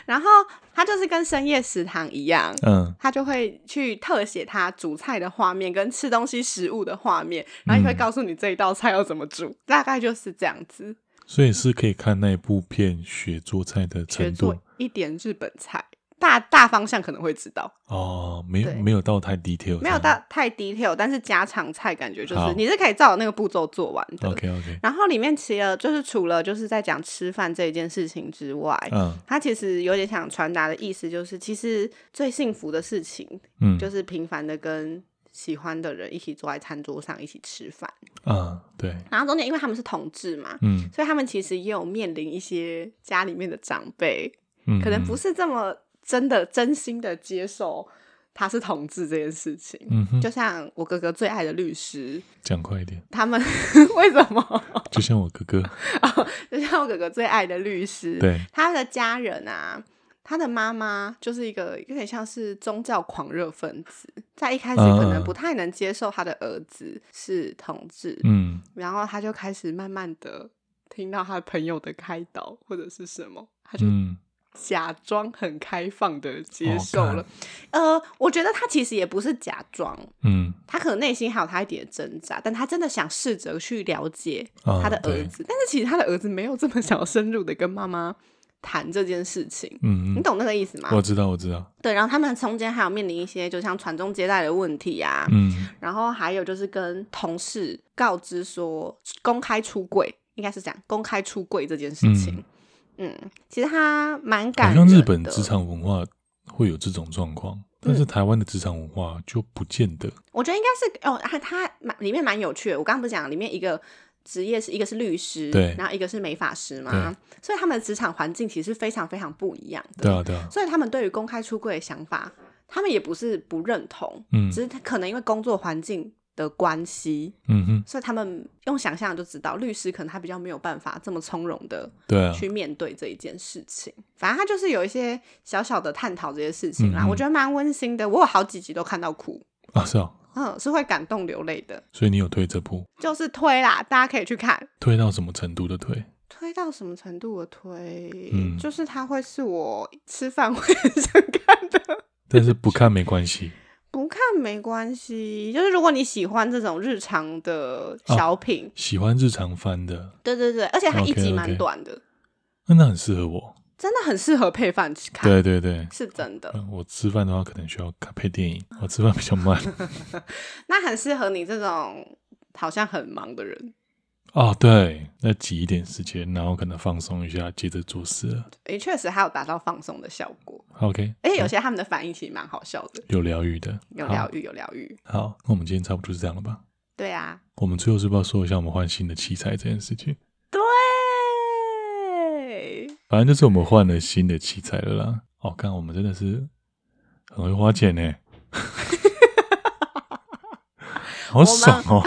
S2: 然后它就是跟深夜食堂一样。
S1: 嗯，
S2: 他就会去特写他煮菜的画面跟吃东西食物的画面，然后也会
S1: 嗯
S2: 告诉你这一道菜要怎么煮，大概就是这样子。
S1: 所以是可以看那部片学做菜的
S2: 学
S1: 程
S2: 做
S1: 度
S2: 一点日本菜，大大方向可能会知道，
S1: 哦，没有
S2: 对
S1: 没有到太 detail，
S2: 没有到太 detail，但是家常菜感觉就是
S1: 好
S2: 你是可以照那个步骤做完的。
S1: OK OK，
S2: 然后里面其实就是除了就是在讲吃饭这一件事情之外，
S1: 嗯
S2: 他其实有点想传达的意思就是，其实最幸福的事情
S1: 嗯，
S2: 就是平凡的跟喜欢的人一起坐在餐桌上一起吃饭。
S1: 啊，对，
S2: 然后中间因为他们是同志嘛，
S1: 嗯
S2: 所以他们其实也有面临一些家里面的长辈，
S1: 嗯，
S2: 可能不
S1: 嗯
S2: 是这么真的真心的接受他是同志这件事情。
S1: 嗯哼，
S2: 就像我哥哥最爱的律师，
S1: 讲快一点，
S2: 他们 为什么？
S1: 就像我哥 哥，
S2: 就像我哥哥最爱的律师，
S1: 对，
S2: 他的家人啊，他的妈妈就是一个有点像是宗教狂热分子，在一开始可能
S1: 嗯
S2: 不太能接受他的儿子是同志，
S1: 嗯，
S2: 然后他就开始慢慢的听到他朋友的开导或者是什么，他就
S1: 嗯，
S2: 假装很开放的接
S1: 哦
S2: 受了。呃，我觉得他其实也不是假装，
S1: 嗯，
S2: 他可能内心还有他一点挣扎，但他真的想试着去了解
S1: 啊
S2: 他的儿
S1: 对
S2: 子，但是其实他的儿子没有这么想要深入的跟妈妈谈这件事情。
S1: 嗯
S2: 你
S1: 嗯，
S2: 懂那个意思吗？啊
S1: 我知道，我知道，
S2: 对，然后他们中间还有面临一些，就像传宗接代的问题啊，
S1: 嗯
S2: 然后还有就是跟同事告知说公开出柜，应该是讲公开出柜这件事情。嗯其实他蛮
S1: 好
S2: 感
S1: 像
S2: 人
S1: 日
S2: 的
S1: 本
S2: 嗯
S1: 职，场文化会有这种状况，但是台湾的职场文化就不见得。
S2: 我觉得应该是哦，他他蛮里面蛮有趣的。我刚刚不是讲里面一个职业是一个是律师，
S1: 对
S2: 然后一个是美发师嘛，所以他们的职场环境其实非常非常不一样的。
S1: 对啊，对啊，
S2: 所以他们对于公开出柜的想法，他们也不是不认同，
S1: 嗯
S2: 只是他可能因为工作环境的关系，
S1: 嗯哼，
S2: 所以他们用想象就知道，律师可能他比较没有办法这么从容的
S1: 对啊，
S2: 去面对这一件事情。反正他就是有一些小小的探讨这些事情啦，
S1: 嗯嗯
S2: 我觉得蛮温馨的。我有好几集都看到哭，
S1: 啊是啊，
S2: 嗯，是会感动流泪的。
S1: 所以你有推这部，
S2: 就是推啦，大家可以去看。
S1: 推到什么程度的推？
S2: 推到什么程度？我推，
S1: 嗯
S2: 就是它会是我吃饭会 想看的。
S1: 但是不看没关系，
S2: 不看没关系，就是如果你喜欢这种日常的
S1: 哦
S2: 小品，
S1: 喜欢日常番的，
S2: 对对对，而且它一
S1: OK，OK
S2: 集蛮短的
S1: 那那很适合我。
S2: 真的很适合配饭吃看。
S1: 对对对，
S2: 是真的，
S1: 嗯，我吃饭的话可能需要看配电影，我吃饭比较 慢。
S2: 那很适合你这种好像很忙的人，
S1: 哦，对，那挤一点时间，然后可能放松一下，接着做事了。
S2: 也确实还有达到放松的效果，
S1: OK，
S2: 而且有些他们的反应其实蛮好笑的，
S1: 有疗愈的，
S2: 有疗愈，有疗愈。
S1: 好。好，那我们今天差不多是这样了吧？
S2: 对啊，
S1: 我们最后是不是要说一下我们换新的器材这件事情？
S2: 对，
S1: 反正就是我们换了新的器材了啦。哦，看我们真的是很会花钱 呢，好爽哦！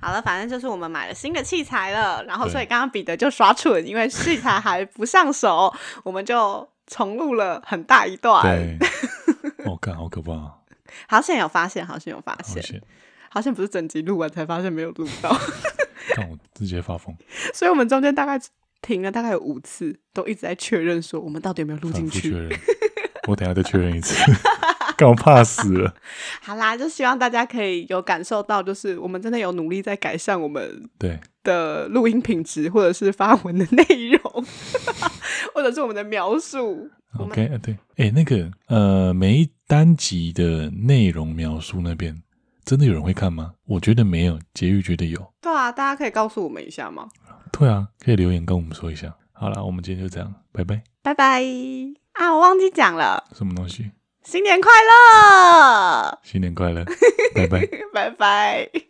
S2: 好了，反正就是我们买了新的器材了，然后
S1: 对
S2: 所以刚刚彼得就耍蠢，因为器材还不上手，我们就重录了很大一段。
S1: 对，我看、好可怕、啊，
S2: 好险有发现，好险有发
S1: 好
S2: 现，
S1: 险！
S2: 好险不是整集录完才发现没有录到。
S1: 看我直接发疯，
S2: 所以我们中间大概停了大概有五次，都一直在确认说我们到底有没有录
S1: 反
S2: 进
S1: 复确
S2: 去。
S1: 认。我等一下再确认一次， 干我怕死了。
S2: 好啦，就希望大家可以有感受到，就是我们真的有努力在改善我们
S1: 对，
S2: 的录音品质，或者是发文的 内容，或者是我们的描述。我们
S1: OK，呃对，哎、那个呃，每一单集的内容描述那边，真的有人会看吗？我觉得没有，杰玉觉得有。
S2: 对啊，大家可以告诉我们一下吗？
S1: 对啊，可以留言跟我们说一下。好了，我们今天就这样，拜拜。
S2: 拜拜啊！我忘记讲了，
S1: 什么东西？
S2: 新年快乐，
S1: 新年快乐，拜拜。
S2: 拜拜。